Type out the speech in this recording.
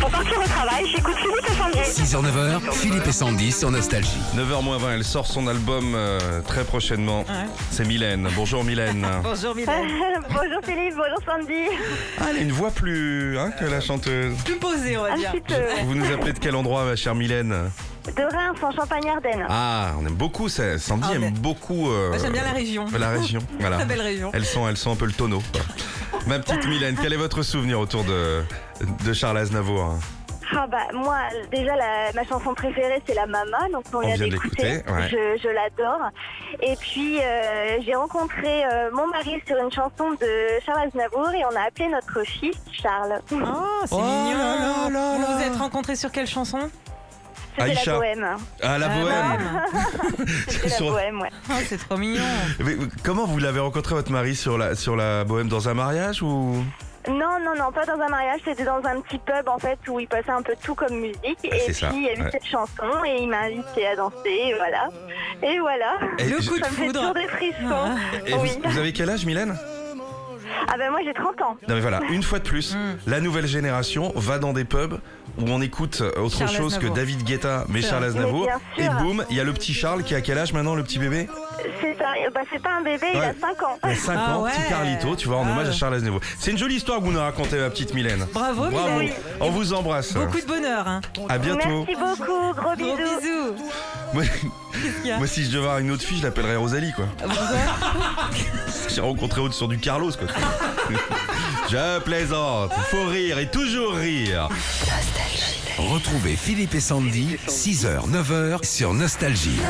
Pour partir au travail, j'écoute Philippe et Sandy. 6h, 9h, Philippe et Sandy sur Nostalgie. 9h20, elle sort son album euh, très prochainement. C'est Mylène. Bonjour Mylène. Bonjour Mylène. bonjour Philippe, bonjour Sandy. Ah, elle a une voix plus hein, que la chanteuse. Plus posé, on va Un dire. petit peu. Vous nous appelez de quel endroit, ma chère Mylène euh, De Reims en Champagne-Ardennes. Ah, on aime beaucoup. ça- Sandy Ah, aime mais- beaucoup. euh, Moi, j'aime bien la région. La région, voilà. Très belle région. Elle sent, elle sent un peu le tonneau. quoi. ma petite Mylène, quel est votre souvenir autour de, de Charles Aznavour hein Ah bah moi déjà la- ma chanson préférée c'est la Mama donc on, On vient vient de d'écouter. l'écouter, ouais. Je, je l'adore. Et puis euh, j'ai rencontré euh, mon mari sur une chanson de Charles Aznavour et on a appelé notre fils Charles. Ah, c'est Oh mignon. là là là vous vous là. êtes rencontrés sur quelle chanson C'était Aïcha. la bohème. Ah, la Ah, bohème Bohème. C'était la Sur- bohème ouais. Ah, C'est trop mignon. Mais Comment vous l'avez rencontré, votre mari, sur la, sur la bohème Dans un mariage ou Non non non pas dans un mariage c'était dans un petit pub en fait où il passait un peu tout comme musique et c'est puis ça, il y a eu ouais. cette chanson et il m'a invité à danser et voilà. Et voilà. Eh, le je- coup de Ça me fait foudre. toujours des frissons. Et vous, oui. vous avez quel âge, Mylène Ah ben moi j'ai 30 ans. Non mais voilà, une fois de plus, Hmm. la nouvelle génération va dans des pubs où on écoute euh, autre Charles chose que Aznavour. David Guetta, mais Sûr. Charles Aznavour. Mais Et bien sûr. boum, il y a le petit Charles qui a quel âge maintenant, le petit bébé C'est ça, eh ben, c'est pas un bébé, il Ouais. a 5 ans. Il a 5 Ah ans, petit ouais. Carlito, tu vois, en Ah. hommage à Charles Aznavour. C'est une jolie histoire que vous nous racontez, ma petite Mylène. Bravo, Bravo, Mylène. on vous embrasse. Beaucoup de bonheur. Hein. À bientôt. Merci beaucoup, gros Gros bisous. bisous. Moi, Qu'est-ce qu'il y a Ah, moi, si je devais avoir une autre fille, je l'appellerais Rosalie, quoi. J'ai rencontré autre sur du Carlos, quoi. je plaisante, faut rire et toujours rire. Retrouvez Philippe et Sandy, 6h, 9h sur Nostalgie.